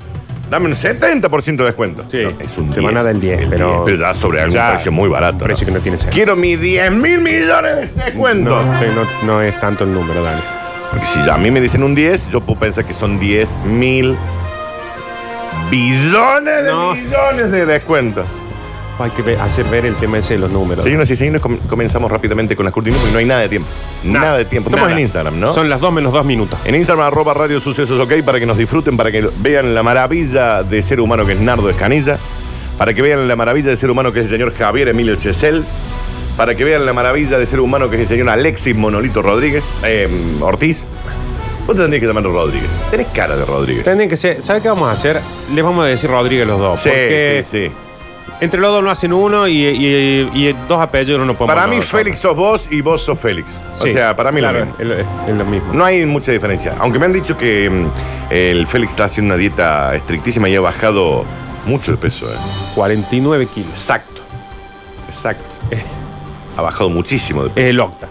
Dame un 70% de descuento. Sí. No, es un Se van a dar el 10, pero- ya sobre algún Ya, precio muy barato. un precio que no tiene sentido. Quiero mis 10 mil millones de descuento. No, no- no es tanto el número, Dani. Porque si a mí me dicen un 10, yo puedo pensar que son 10 mil billones de No. millones de descuentos. Hay que ver- hacer ver el tema ese de los números. Señoras y señores, com- comenzamos rápidamente con las cortinas porque no hay nada de tiempo. Nada, de tiempo. Estamos Nada. en Instagram, ¿no? Son las 2 menos 2 minutos. En Instagram, arroba Radio Sucesos OK, para que nos disfruten, para que vean la maravilla de ser humano que es Nardo Escanilla, para que vean la maravilla de ser humano que es el señor Javier Emilio Chesel, para que vean la maravilla de ser humano que es el señor Alexis Monolito Rodríguez, eh, Ortiz. Vos te tendrías que llamarlo Rodríguez. Tenés cara de Rodríguez. Tendrían que ser, ¿Sabes qué vamos a hacer? Les vamos a decir Rodríguez los dos. Sí, porque sí, sí. entre los dos no hacen uno y, y- y dos apellidos no podemos. Para no, mí, no, Félix sos vos y vos sos Félix. Sí, o sea, para mí claro, lo mismo. es lo mismo. Es lo mismo. No hay mucha diferencia. Aunque me han dicho que mm, el Félix está haciendo una dieta estrictísima y ha bajado mucho de peso. ¿eh? 49 kilos. Exacto. Eh. Exacto. Ha bajado muchísimo de peso. Es el octa.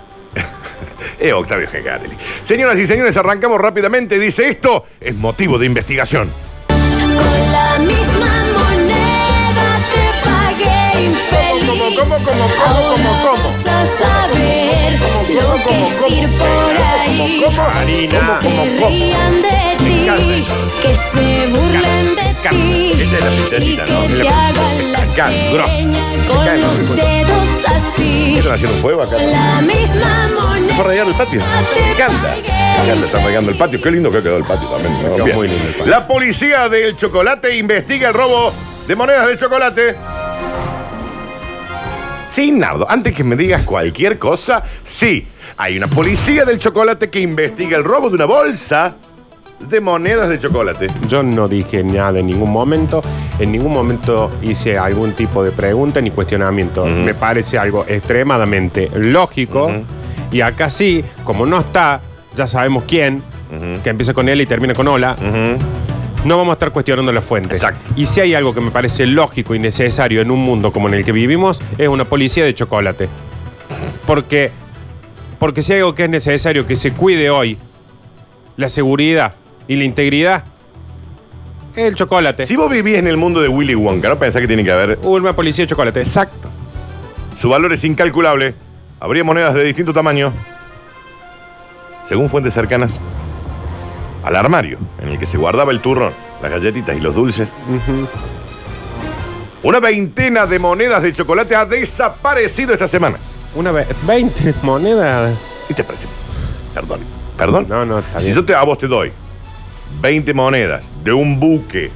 Eh, Octavio Gengarelli. Señoras y señores, arrancamos rápidamente. Dice esto es motivo de investigación. Con la misma moneda te pagué infeliz. ¿Cómo, cómo, cómo, cómo, cómo, cómo, Ahora cómo? Vas a saber cómo, lo que cómo, es cómo? ir por ahí. ¿Cómo, Marina? Que ¿Cómo, se cómo? rían de encanta ti, eso. que se burlen de encanta. ti Esta es la y pitadita, ¿no? Es la que te pitadita. hagan la Encanta, grosso. seña Me cae con mal, los bueno. dedos así. ¿Están haciendo un juego acá? Con la misma ¿Es para moneda. regar el patio? Me encanta. Me encanta, están regando el patio. Qué lindo que ha quedado el patio también. ¿no? Quedó Bien. muy lindo el patio. La policía del chocolate investiga el robo de monedas de chocolate. Sí, Nardo, antes que me digas cualquier cosa, sí, hay una policía del chocolate que investiga el robo de una bolsa de monedas de chocolate. Yo no dije nada en ningún momento. En ningún momento hice algún tipo de pregunta ni cuestionamiento. Me parece algo extremadamente lógico. Y acá sí, como no está, ya sabemos quién, que empieza con L y termina con Ola. No vamos a estar cuestionando las fuentes. Exacto. Y si hay algo que me parece lógico y necesario en un mundo como en el que vivimos, es una policía de chocolate. Porque, porque si hay algo que es necesario que se cuide hoy, la seguridad y la integridad, es el chocolate. Si vos vivís en el mundo de Willy Wonka, ¿no pensás que tiene que haber? Una policía de chocolate. Exacto. Su valor es incalculable. Habría monedas de distinto tamaño. Según fuentes cercanas, al armario en el que se guardaba el turrón, las galletitas y los dulces. Una veintena de monedas de chocolate ha desaparecido esta semana. Una ve- 20 monedas. ¿Y te parece? Perdón. Perdón. No, no, está si bien. yo te, a vos te doy 20 monedas de un buque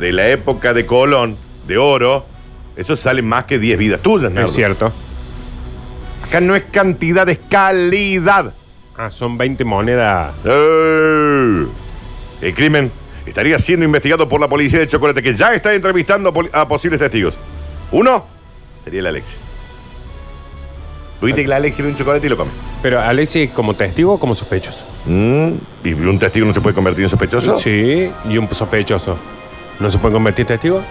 de la época de Colón, de oro, eso sale más que 10 vidas tuyas, Nardo. Es cierto. Acá no es cantidad, es calidad. Ah, son 20 monedas. ¡Ey! Eh, El crimen estaría siendo investigado por la policía de Chocolate, que ya está entrevistando a poli- a posibles testigos. Uno sería el Alexi. Tuviste que el Alexi ve un chocolate y lo come. Pero Alexis, como testigo o como sospechoso. Mm, ¿Y un testigo no se puede convertir en sospechoso? Sí, y un sospechoso. ¿No se puede convertir en testigo?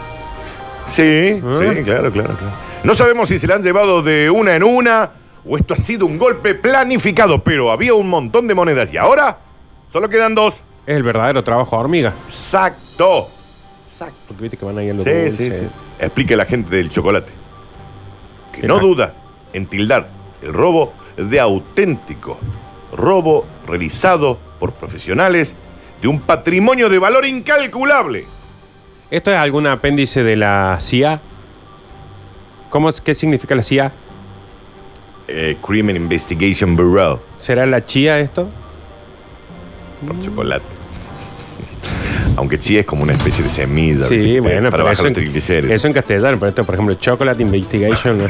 Sí, ¿Ah? sí, claro, claro, claro. No sabemos si se la han llevado de una en una o esto ha sido un golpe planificado, pero había un montón de monedas y ahora solo quedan dos. Es el verdadero trabajo de hormiga. Exacto. Porque viste que van ahí a los Sí, dulces. sí, sí. Explique la gente del chocolate. Que Qué no mal. duda en tildar el robo de auténtico robo realizado por profesionales de un patrimonio de valor incalculable. ¿Esto es algún apéndice de la CIA? ¿Cómo, es- ¿Qué significa la CIA? Eh, Crimen Investigation Bureau. ¿Será la chía esto? Por Mm. chocolate. Aunque sí es como una especie de semilla. Sí, ¿viste? bueno, para pero bajar eso los en, triglicéridos. eso en castellano, pero esto, por ejemplo, Chocolate Investigation. ¿no?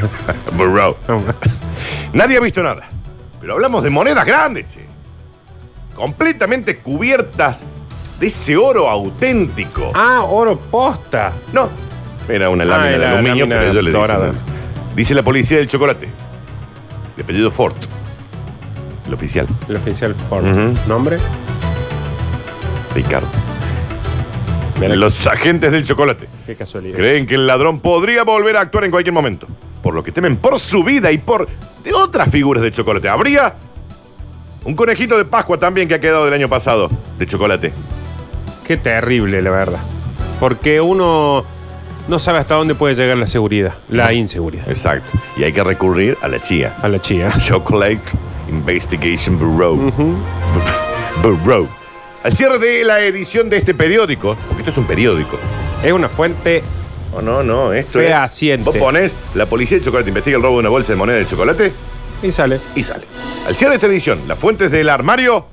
Bureau. No. Nadie ha visto nada. Pero hablamos de monedas grandes, che. Completamente cubiertas de ese oro auténtico. ah, oro posta. No, era una Ah, lámina de era aluminio, lámina pero yo le dorada. dije. Dice la policía del chocolate. De apellido Fort. El oficial, El oficial por Ujú. nombre. Ricardo. Mira, Los agentes del chocolate qué casualidad. creen que el ladrón podría volver a actuar en cualquier momento. Por lo que temen por su vida y por de otras figuras de chocolate. Habría un conejito de Pascua también que ha quedado del año pasado de chocolate. Qué terrible, la verdad. Porque uno no sabe hasta dónde puede llegar la seguridad, la inseguridad. Exacto. Y hay que recurrir a la chía. A la chía. Chocolate Investigation Bureau. Bureau. Al cierre de la edición de este periódico, porque esto es un periódico. Es una fuente. No, no, no, esto Fehaciente. Vos pones la policía de chocolate investiga el robo de una bolsa de moneda de chocolate Y sale. y sale. Al cierre de esta edición, las fuentes del armario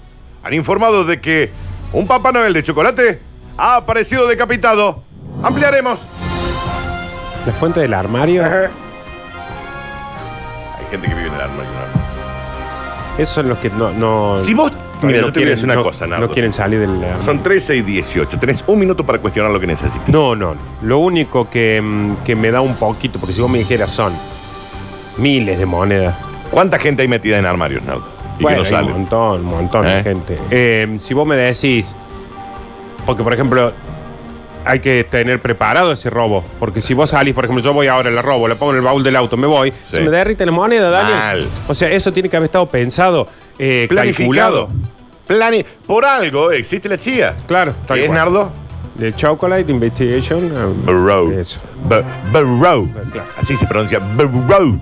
han informado de que un Papá Noel de chocolate ha aparecido decapitado. Ampliaremos. La fuente del armario. Ajá. Hay gente que vive en el armario. ¿no? Esos son los que no. no Si vos- mira, no yo te voy a decir una no- cosa, Nardo. No quieren salir del. armario. Son 13 y 18. Tenés un minuto para cuestionar lo que necesites. No, no. Lo único que, mm, que me da un poquito, porque si vos me dijeras son miles de monedas. ¿Cuánta gente hay metida en armarios, Nardo? Y Bueno, que hay no un sale. montón, un montón ¿Eh? de gente. Eh, si vos me decís, porque por ejemplo, hay que tener preparado ese robo. Porque si vos salís, por ejemplo, yo voy ahora, la robo, la pongo en el baúl del auto, me voy, Sí. se me derrite la moneda, Daniel. Mal. O sea, eso tiene que haber estado pensado, eh, Planificado. calculado. Plani Por algo existe la chía. Claro, tal ¿Qué es, cual. Nardo? De Chocolate Investigation. um, Burrow. Eso. Bu- Burrow. Claro. Así se pronuncia. Burrow.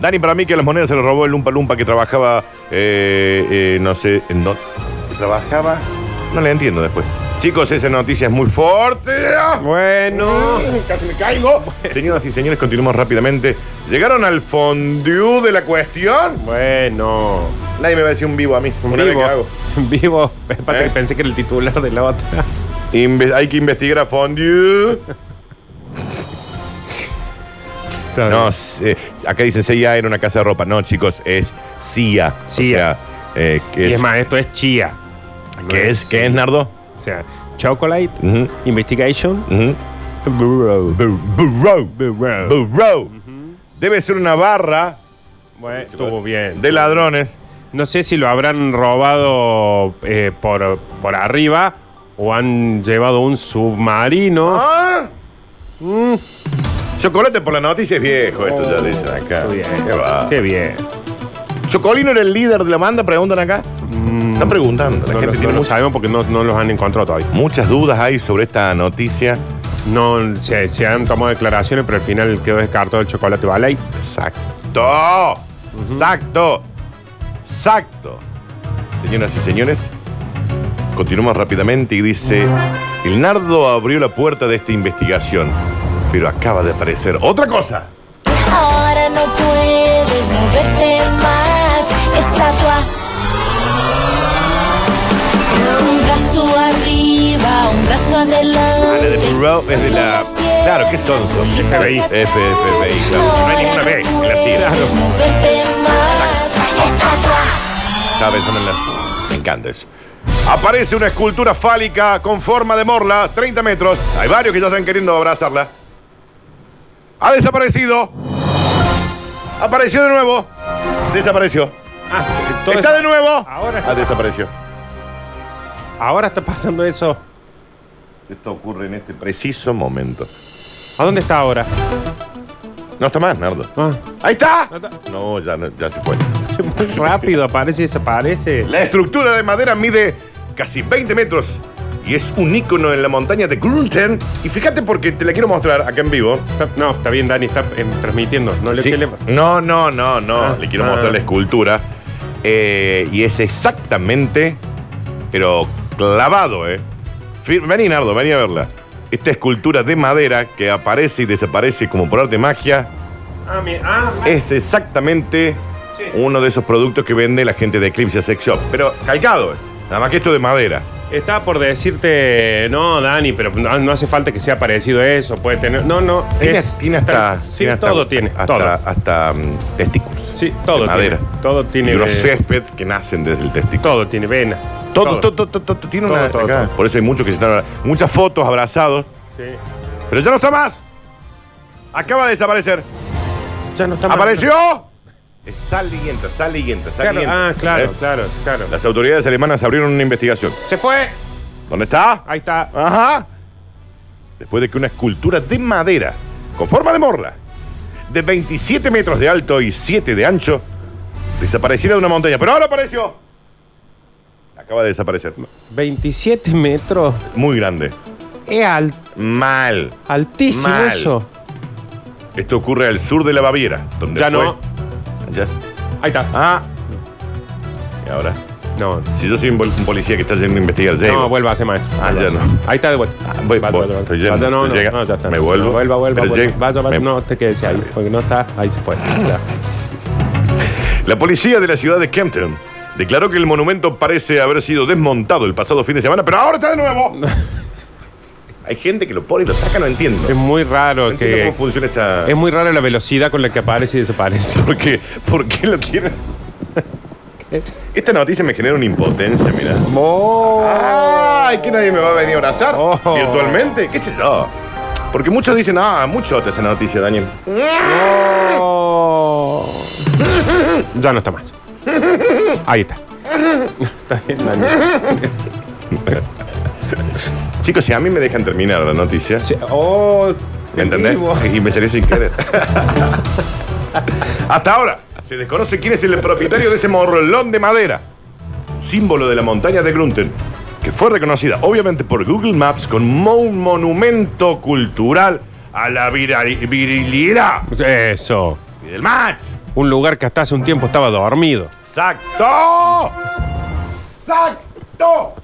Dani, para mí que las monedas se las robó el Lumpa Lumpa que trabajaba, eh, eh, no sé, en dónde. ¿Trabajaba? No le entiendo después. Chicos, esa noticia es muy fuerte. Bueno. Casi me caigo. Señoras y señores, continuamos rápidamente. ¿Llegaron al fondue de la cuestión? Bueno. Nadie me va a decir un vivo a mí. Una vez que hago. Vivo. Pasa ¿Eh? que pensé que era el titular de la otra. Inve- hay que investigar a fondue. No, sé. acá dicen CIA era una casa de ropa. No, chicos, es CIA. CIA. O sea, eh, que y es, es más, esto es chía. ¿Qué es? ¿Qué es, Nardo? O sea, Chocolate, Ujú, Investigation, ujú. Bureau. Bu- Burrow. Burrow. Debe ser una barra Bueno, estuvo bien. de ladrones. No sé si lo habrán robado eh, por, por arriba o han llevado un submarino. Ah. Mm. Chocolate por la noticia es viejo, esto ya dicen acá. Qué Oh, bien. Qué va. Qué bien. ¿Chocolino era el líder de la banda? Preguntan acá. Están preguntando. La Mm. No, gente lo, no tiene lo muchas- sabemos porque no, no los han encontrado todavía. muchas dudas hay sobre esta noticia. No, se, se han tomado declaraciones, pero al final quedó descartado el chocolate ballet. Exacto. Exacto. Exacto. Señoras y señores, continuamos rápidamente y dice, el nardo abrió la puerta de esta investigación, pero acaba de aparecer otra cosa. Ahora no puedes moverte más, estatua. Un brazo arriba, un brazo La de adelante. Burrow es de la... Claro, ¿qué son? Son FBI. FBI, claro. No hay ninguna B en la CIA. Ahora no puedes moverte más, estatua. Estaba pensando en la- Me encanta eso. Aparece una escultura fálica con forma de morla, 30 metros. Hay varios que ya están queriendo abrazarla. Ha desaparecido. Apareció de nuevo. Desapareció. Está de nuevo. Ahora está- Ah, desapareció. Ahora está pasando eso. Esto ocurre en este preciso momento. ¿A dónde está ahora? No está más, Nardo. Ah, ¡Ahí está! No está. No, ya, no- ya se fue. muy rápido, aparece y desaparece. La estructura de madera mide casi 20 metros y es un ícono en la montaña de Grunten. Y fíjate porque te la quiero mostrar acá en vivo. Está- no, está bien, Dani, está em, transmitiendo. No le, Sí. ¿qué le- No, no, no, no. Ah, Le quiero ah. mostrar la escultura. Eh, y es exactamente, pero clavado, ¿eh? Fir- Vení, Nardo, vení a verla. Esta escultura de madera que aparece y desaparece como por arte de magia Ah, mi- ah, ma- es exactamente Sí. uno de esos productos que vende la gente de Eclipse Sex Shop. Pero calcado, eh. nada más que esto de madera. Estaba por decirte, no, Dani, pero no, no hace falta que sea parecido a eso, puede tener. No, no. Tiene, es- tiene hasta, Sí, tiene hasta- todo tiene. Hasta, todo. hasta, mm, testículos. Sí, todo de tiene. madera. Todo tiene. Y los eh, césped que nacen desde el testículo. Todo tiene venas. Todo, todo, todo, todo, todo. tiene Todo, una. todo, acá. todo. Por eso hay muchos que se están. Muchas fotos abrazados. Sí. Pero ya no está más. Acaba de desaparecer. Ya no está mal. ¡Apareció! Sale y entra, sale y entra, sale Claro, y entra. ah, claro, ¿Eh? claro, claro. Las autoridades alemanas abrieron una investigación. Se fue. ¿Dónde está? Ahí está. Ajá. Después de que una escultura de madera, con forma de morla, de 27 metros de alto y 7 de ancho, desapareciera de una montaña. Pero ahora apareció. Acaba de desaparecer. 27 metros. Muy grande. Es al- Mal. altísimo Mal. eso. Esto ocurre al sur de la Baviera. Donde Ya fue- no. Ya. Ahí está. Ah. Y ahora. No, Si yo soy un, vol- un policía que está yendo a investigar, llego. no, vuelva a ser maestro. Ah, Vuelva ya a ser. no. Ahí está de vuelta. Ah, voy, Vaya, voy, vaya, estoy vaya. yendo, Vaya, no, no, estoy llega- no, ya está. me vuelvo, No, vuelva, vuelva, pero vuelva. llego. Vaya, vaya, Me- Ah. no te quedes ahí, porque no está, ahí se fue. Ya. La policía de la ciudad de Kempton declaró que el monumento parece haber sido desmontado el pasado fin de semana, pero ahora está de nuevo. Hay gente que lo pone y lo saca, no entiendo. Es No muy raro entiendo que cómo funciona esta. es muy rara la velocidad con la que aparece y desaparece. ¿Por qué? ¿Por qué lo quieren? Esta noticia me genera una impotencia, mira. ¡Ay! Que nadie me va a venir a abrazar Oh. virtualmente. ¿Qué sé yo? Porque muchos dicen, ah, mucho te esa noticia, Daniel. Oh. Ya no está más. Ahí está. Está bien, Dani. Chicos, si a mí me dejan terminar la noticia, Sí, Oh, ¿me entendés? vivo. Y me salí sin querer. Hasta ahora, se desconoce quién es el propietario de ese morlón de madera, símbolo de la montaña de Grunten, que fue reconocida obviamente por Google Maps como un monumento cultural a la virali- virilidad Eso. y del match. Un lugar que hasta hace un tiempo estaba dormido. ¡Exacto! ¡Exacto!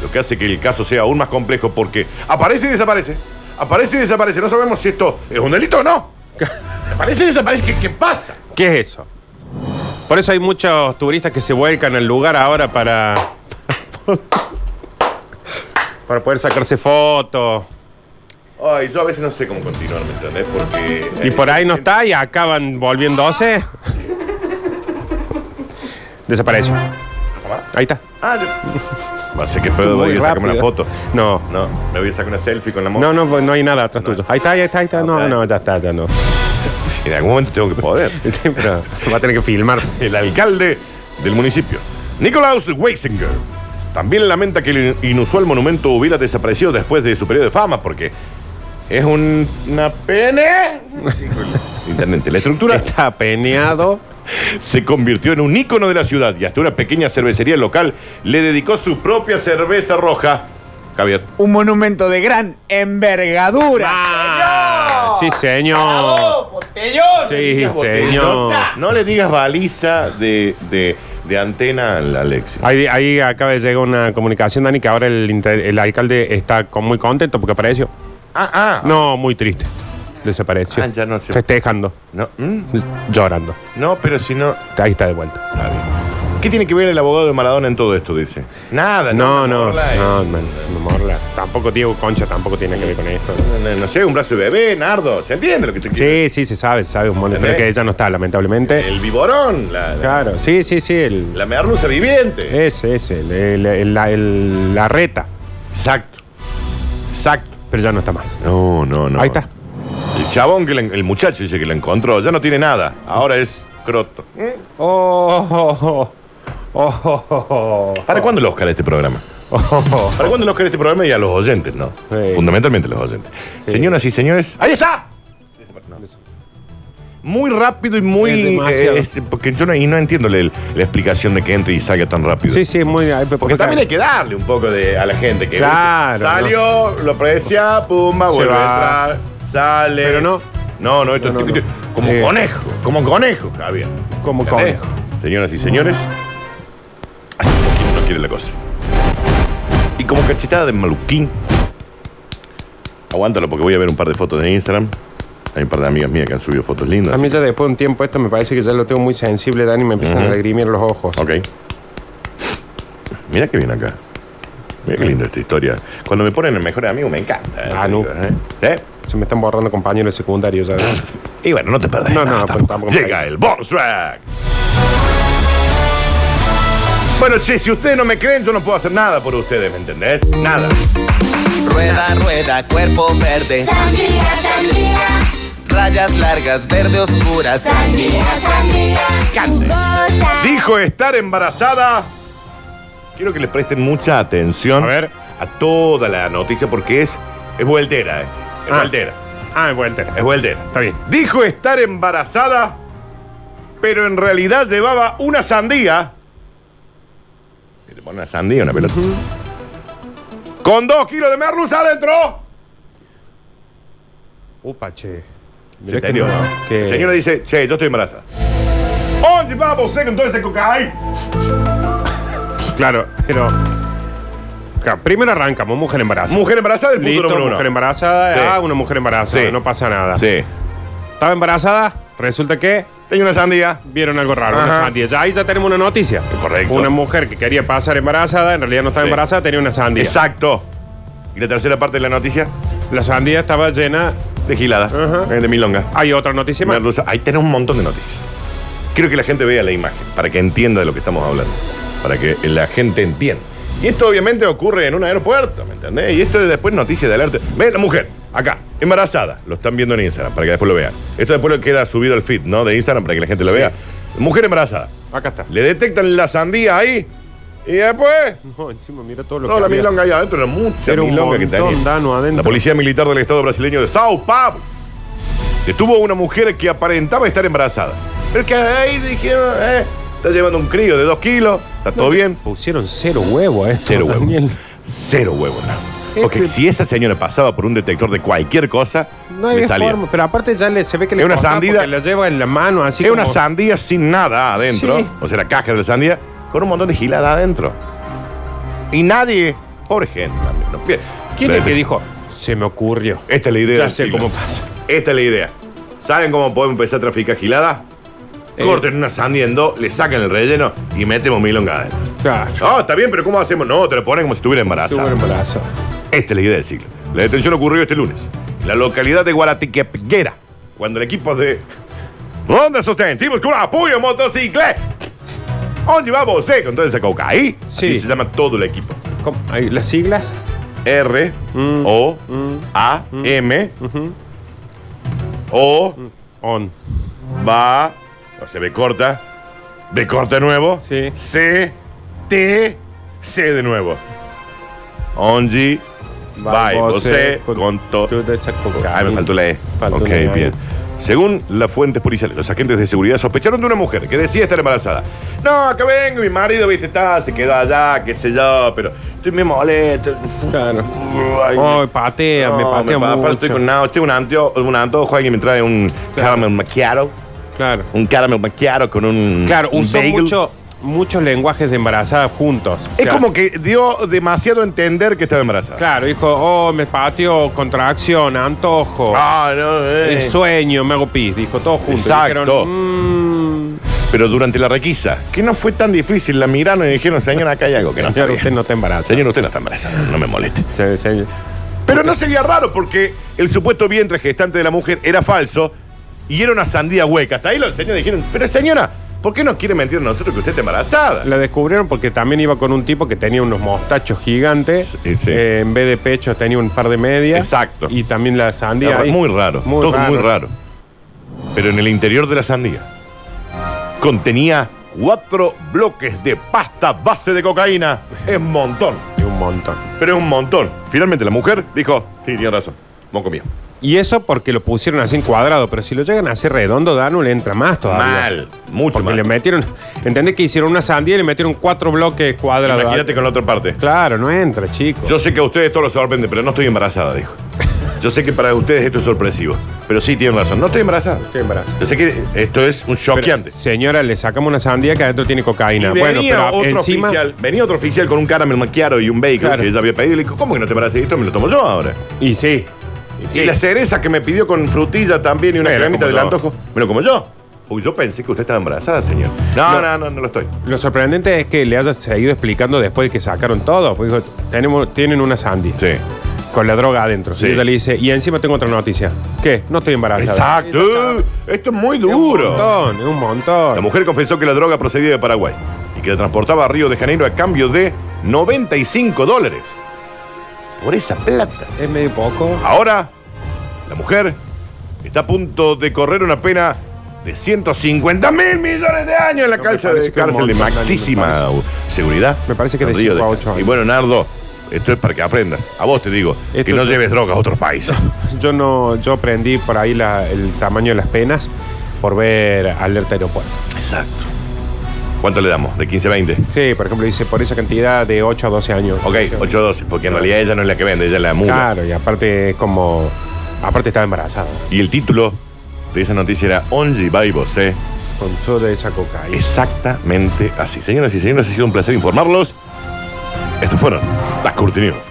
Lo que hace que el caso sea aún más complejo porque aparece y desaparece. Aparece y desaparece. No sabemos si esto es un delito o no. Aparece y desaparece. ¿Qué, qué pasa? ¿Qué es eso? Por eso hay muchos turistas que se vuelcan al lugar ahora para. para poder sacarse fotos. Ay, yo a veces no sé cómo continuar, ¿me entendés? Porque. eh, Y por ahí no está y acaban volviéndose. Desapareció. Ahí está. Ah, Va a ser que pedo voy a sacarme una foto. No. No, me voy a sacar una selfie con la moto. No, no, no hay nada atrás tuyo. Ahí está, ahí está, ahí está. No, Ok. no, ya está, ya no. En algún momento tengo que poder. Sí, pero va a tener que filmar. el alcalde del municipio. Nikolaus Weisinger también lamenta que el inusual monumento hubiera desaparecido después de su periodo de fama, porque es un- una pene. dijo el Intendente, la estructura Está peneado. se convirtió en un ícono de la ciudad y hasta una pequeña cervecería local le dedicó su propia cerveza roja. Javier. Un monumento de gran Ah, envergadura. Sí, señor. ¡Botellón! Sí, señor. No le digas baliza de, de- de antena al Alexis. Ahí, ahí acaba de llegar una comunicación, Dani, que ahora el, inter- el alcalde está con- muy contento porque apareció. Ah, ah. No, muy triste. Desapareció. Ah, ya no se- Festejando, No, mm, llorando. no, pero si no. Ahí está de vuelta. ¿Qué tiene que ver el abogado de Maradona en todo esto? Dice. Nada, No, no, no, morla, eh. no, no, morla. Tampoco Diego Concha tampoco tiene que ver con esto. No, no, no sé, un brazo de bebé, Nardo, ¿se entiende lo que te quiere? Sí, sí, se sabe, se sabe un montón. Pero ¿Entendés? que ella no está, lamentablemente. El viborón, la, la, Claro, sí, sí, sí. El, la merluza viviente. ese, ese, el- el- el- la- el- la reta. Exacto. Exacto. Pero ya no está más. No, no, no. Ahí está. El chabón, que la en- el muchacho dice que la encontró, ya no tiene nada. Ahora es croto. Oh, oh, oh, oh, oh, oh. ¿Para cuándo el Oscar este programa? Oh. ¿Para cuándo el Oscar este programa y a los oyentes, no? Sí. Fundamentalmente a los oyentes. Sí. Señoras y señores, ¡ahí está! Muy rápido y muy. Es demasiado. eh, este, porque yo no, y no entiendo la, la explicación de que entre y salga tan rápido. Sí, sí, muy. ay, pero Porque acá- también hay que darle un poco de, a la gente que Claro, salió, lo aprecia, pumba, Se vuelve va. a entrar, sale. Pero no. No, no, esto No, no, esto- no. esto- como Eh. conejo, como conejo, Javier. Como ¿Entendés? conejo. Señoras y señores, así como quien no quiere la cosa. Y como cachetada de maluquín, Aguántalo porque voy a ver un par de fotos de Instagram. Hay un par de amigas mías que han subido fotos lindas. A mí ya después de un tiempo esto me parece que ya lo tengo muy sensible, Dani, me empiezan a lagrimir los ojos. Ok. Mira que bien acá. Mira qué linda esta historia. Cuando me ponen el mejor amigo me encanta. eh, Mm. Ah, te no. digo, ¿eh? ¿Eh? Se me están borrando compañeros secundarios, ya ves. Y bueno, no te perdés. No, no, nada pues tampoco. tampoco me Llega perdí. el bonus track. Bueno, che, si ustedes no me creen, yo no puedo hacer nada por ustedes, ¿me entendés? Nada. Rueda, rueda, cuerpo verde. Sandía, sandía, Rayas largas, verde oscuras. sandía, sandía. Jugosa. Dijo estar embarazada. Quiero que le presten mucha atención A ver. a toda la noticia porque es, es vueltera, ¿eh? Es Ah. vueltera, Ah, me vuelta. es vueltera. Está bien. Dijo estar embarazada, pero en realidad llevaba una sandía. Y te pone una sandía, una pelota. Con dos kilos de merluza adentro. Upa, che. Se Mirá que entendió, no, ¿no? que- El señor dice, che, yo estoy embarazada. ¿Dónde vamos con todo ese cocaína? Claro, pero. Ca- Primero arrancamos, mujer embarazada. Mujer embarazada, el punto Listo, número uno. mujer embarazada, Sí. ah, una mujer embarazada, Sí. no pasa nada. Sí. Estaba embarazada, resulta que Tenía una sandía. vieron algo raro, una Ajá. sandía. Ya ahí ya tenemos una noticia. Correcto. Una mujer que quería pasar embarazada, en realidad no estaba Sí. embarazada, tenía una sandía. Exacto. Y la tercera parte de la noticia, La sandía estaba llena. de gilada, Ajá. eh, de milonga. Hay otra noticia más. Merluza. Ahí tenés un montón de noticias. Quiero que la gente vea la imagen, para que entienda de lo que estamos hablando, para que la gente entienda. Y esto obviamente ocurre en un aeropuerto, ¿me entendés? Y esto es después noticia de alerta. Ve la mujer, acá, embarazada. Lo están viendo en Instagram, para que después lo vean. Esto después lo queda subido al feed, ¿no? De Instagram, para que la gente lo vea. Mujer embarazada. Acá está. Le detectan la sandía ahí. Y después, No, encima mira todo lo toda que la había. milonga ahí adentro. Era mucha Era un milonga que montón, tenía. Dano, adentro. La policía militar del estado brasileño de Sao Paulo detuvo a una mujer que aparentaba estar embarazada. Pero que ahí dijeron, eh, está llevando un crío de dos kilos, está todo bien. Pusieron cero huevo a esto. Cero huevo. Daniel. Este Cero huevo, no. Porque si esa señora pasaba por un detector de cualquier cosa, No le hay salía. forma, pero aparte ya le- se ve que le Es una costaba sandía. porque la lleva en la mano así es como- una sandía sin nada adentro, Sí. o sea, la caja de la sandía, con un montón de gilada adentro. Y nadie, pobre gente, también, no pierde. ¿Quién es el que Pero- dijo? Se me ocurrió. Esta es la idea. Ya del sé siglo. cómo pasa. Esta es la idea. ¿Saben cómo podemos empezar a traficar giladas? Eh. Corten una sandía en dos, le sacan el relleno y metemos milonga adentro. Claro. No, está bien, pero ¿cómo hacemos? No, te lo ponen como si estuviera embarazada. Tuvo un embarazo. Esta es la idea del siglo. La detención ocurrió este lunes. En la localidad de Guaratiquepeguera. Cuando el equipo de Ronda Sostenible con apoyo motocicleta. ¿Dónde va vos? eh? Con toda esa coca ahí. Sí. Así se llama todo el equipo. ¿Cómo? Ahí, Las siglas. R Mm. O Mm. A M Ujú. O On. va, no sé, B corta, B corta de nuevo, Sí. C, T, C de nuevo. Onji, bye, José, conto. tú de esa coca- Ah, me faltó la E. Faltó ok, una E. bien. Según las fuentes policiales, los agentes de seguridad sospecharon de una mujer que decía estar embarazada. No, acá vengo, mi marido, viste, está, se quedó allá, qué sé yo, pero estoy me molesto. Claro. Ay, Oh, patea, me no, patea pa- aparte mucho. Estoy con no, estoy un anteojo, un anteojo, alguien me trae un Claro. caramel macchiato Claro. un caramel macchiato con un. Claro, un usó bagel. mucho, muchos lenguajes de embarazada juntos. Es Claro. como que dio demasiado a entender que estaba embarazada. Claro, dijo, oh, me pateó, contracción, antojo, Ah, no, eh. eh, sueño, me hago pis. Dijo, todo junto. Exacto. Dijeron, "Mm, Pero durante la requisa, que no fue tan difícil, la miraron y dijeron, señora, acá hay algo que no está señor, bien". usted no te embaraza. Señor, usted no está embarazada, no me moleste. Se- se- Pero no sería raro porque el supuesto vientre gestante de la mujer era falso y era una sandía hueca. Hasta ahí los señores dijeron, pero señora, ¿por qué nos quiere mentir a nosotros que usted está embarazada? La descubrieron porque también iba con un tipo que tenía unos mostachos gigantes. Sí, sí. Eh, en vez de pechos tenía un par de medias. Exacto. Y también la sandía. Está ahí. Muy raro. Muy todo raro. muy raro. Pero en el interior de la sandía contenía cuatro bloques de pasta base de cocaína. Es un montón. Y un montón. Pero es un montón. Finalmente la mujer dijo, sí, tiene razón. Moco mío. Y eso porque lo pusieron así en cuadrado. Pero si lo llegan a hacer redondo, Danu le entra más todavía. Mal. Mucho Porque mal. le metieron. Entendés que hicieron una sandía y le metieron cuatro bloques cuadrados. Imagínate con la otra parte. Claro, no entra, chico. Yo sé que a ustedes todo los sorprende, pero no estoy embarazada, dijo. Yo sé que para ustedes esto es sorpresivo. Pero sí tienen razón. No estoy embarazada. Estoy embarazada. Yo sé que esto es un Pero, choqueante. señora, le sacamos una sandía que adentro tiene Y cocaína. venía, bueno, pero otro encima. oficial, venía otro oficial con un caramel macchiato y un bacon Claro. que ella había pedido y le dijo, ¿cómo que no te parece esto? Me lo tomo yo ahora. Y sí. Sí. Y la cereza que me pidió con frutilla también y una Era cremita como del yo. antojo, me lo como yo. Uy, yo pensé que usted estaba embarazada, señor. No, no, no, no, lo estoy. Lo sorprendente es que le hayas seguido explicando después de que sacaron todo. Porque dijo, tenemos, tienen una Sandy. Sí. Con la droga adentro. Sí. Y ella le dice, y encima tengo otra noticia. ¿Qué? No estoy embarazada. Exacto. Esto es muy Un duro. montón, es un La montón. mujer confesó que la droga procedía de Paraguay y que la transportaba a Río de Janeiro a cambio de 95 dólares. Por esa plata. Es medio poco. Ahora, la mujer está a punto de correr una pena de 150 mil millones de años en la No, me cárcel, parece que cárcel de es un montón, maxísima Dani, seguridad. Me parece que de Río cinco a Janeiro. ocho años. Y bueno, Nardo, esto es para que aprendas. A vos te digo, que Esto no es- lleves drogas a otros países. Yo no, yo aprendí por ahí la- el tamaño de las penas por ver alerta aeropuerto. Exacto. ¿Cuánto le damos? ¿De 15 a 20? Sí, por ejemplo, dice por esa cantidad de 8 a 12 años. Ok, 8 a 12, porque en realidad ella no es la que vende, ella es la mula. Claro, y aparte es como. Aparte estaba embarazada. Y el título de esa noticia era Onji by Bosé. Con toda esa cocaína. Exactamente así. Señoras y señores, ha sido un placer informarlos. Estos fueron las Curti News.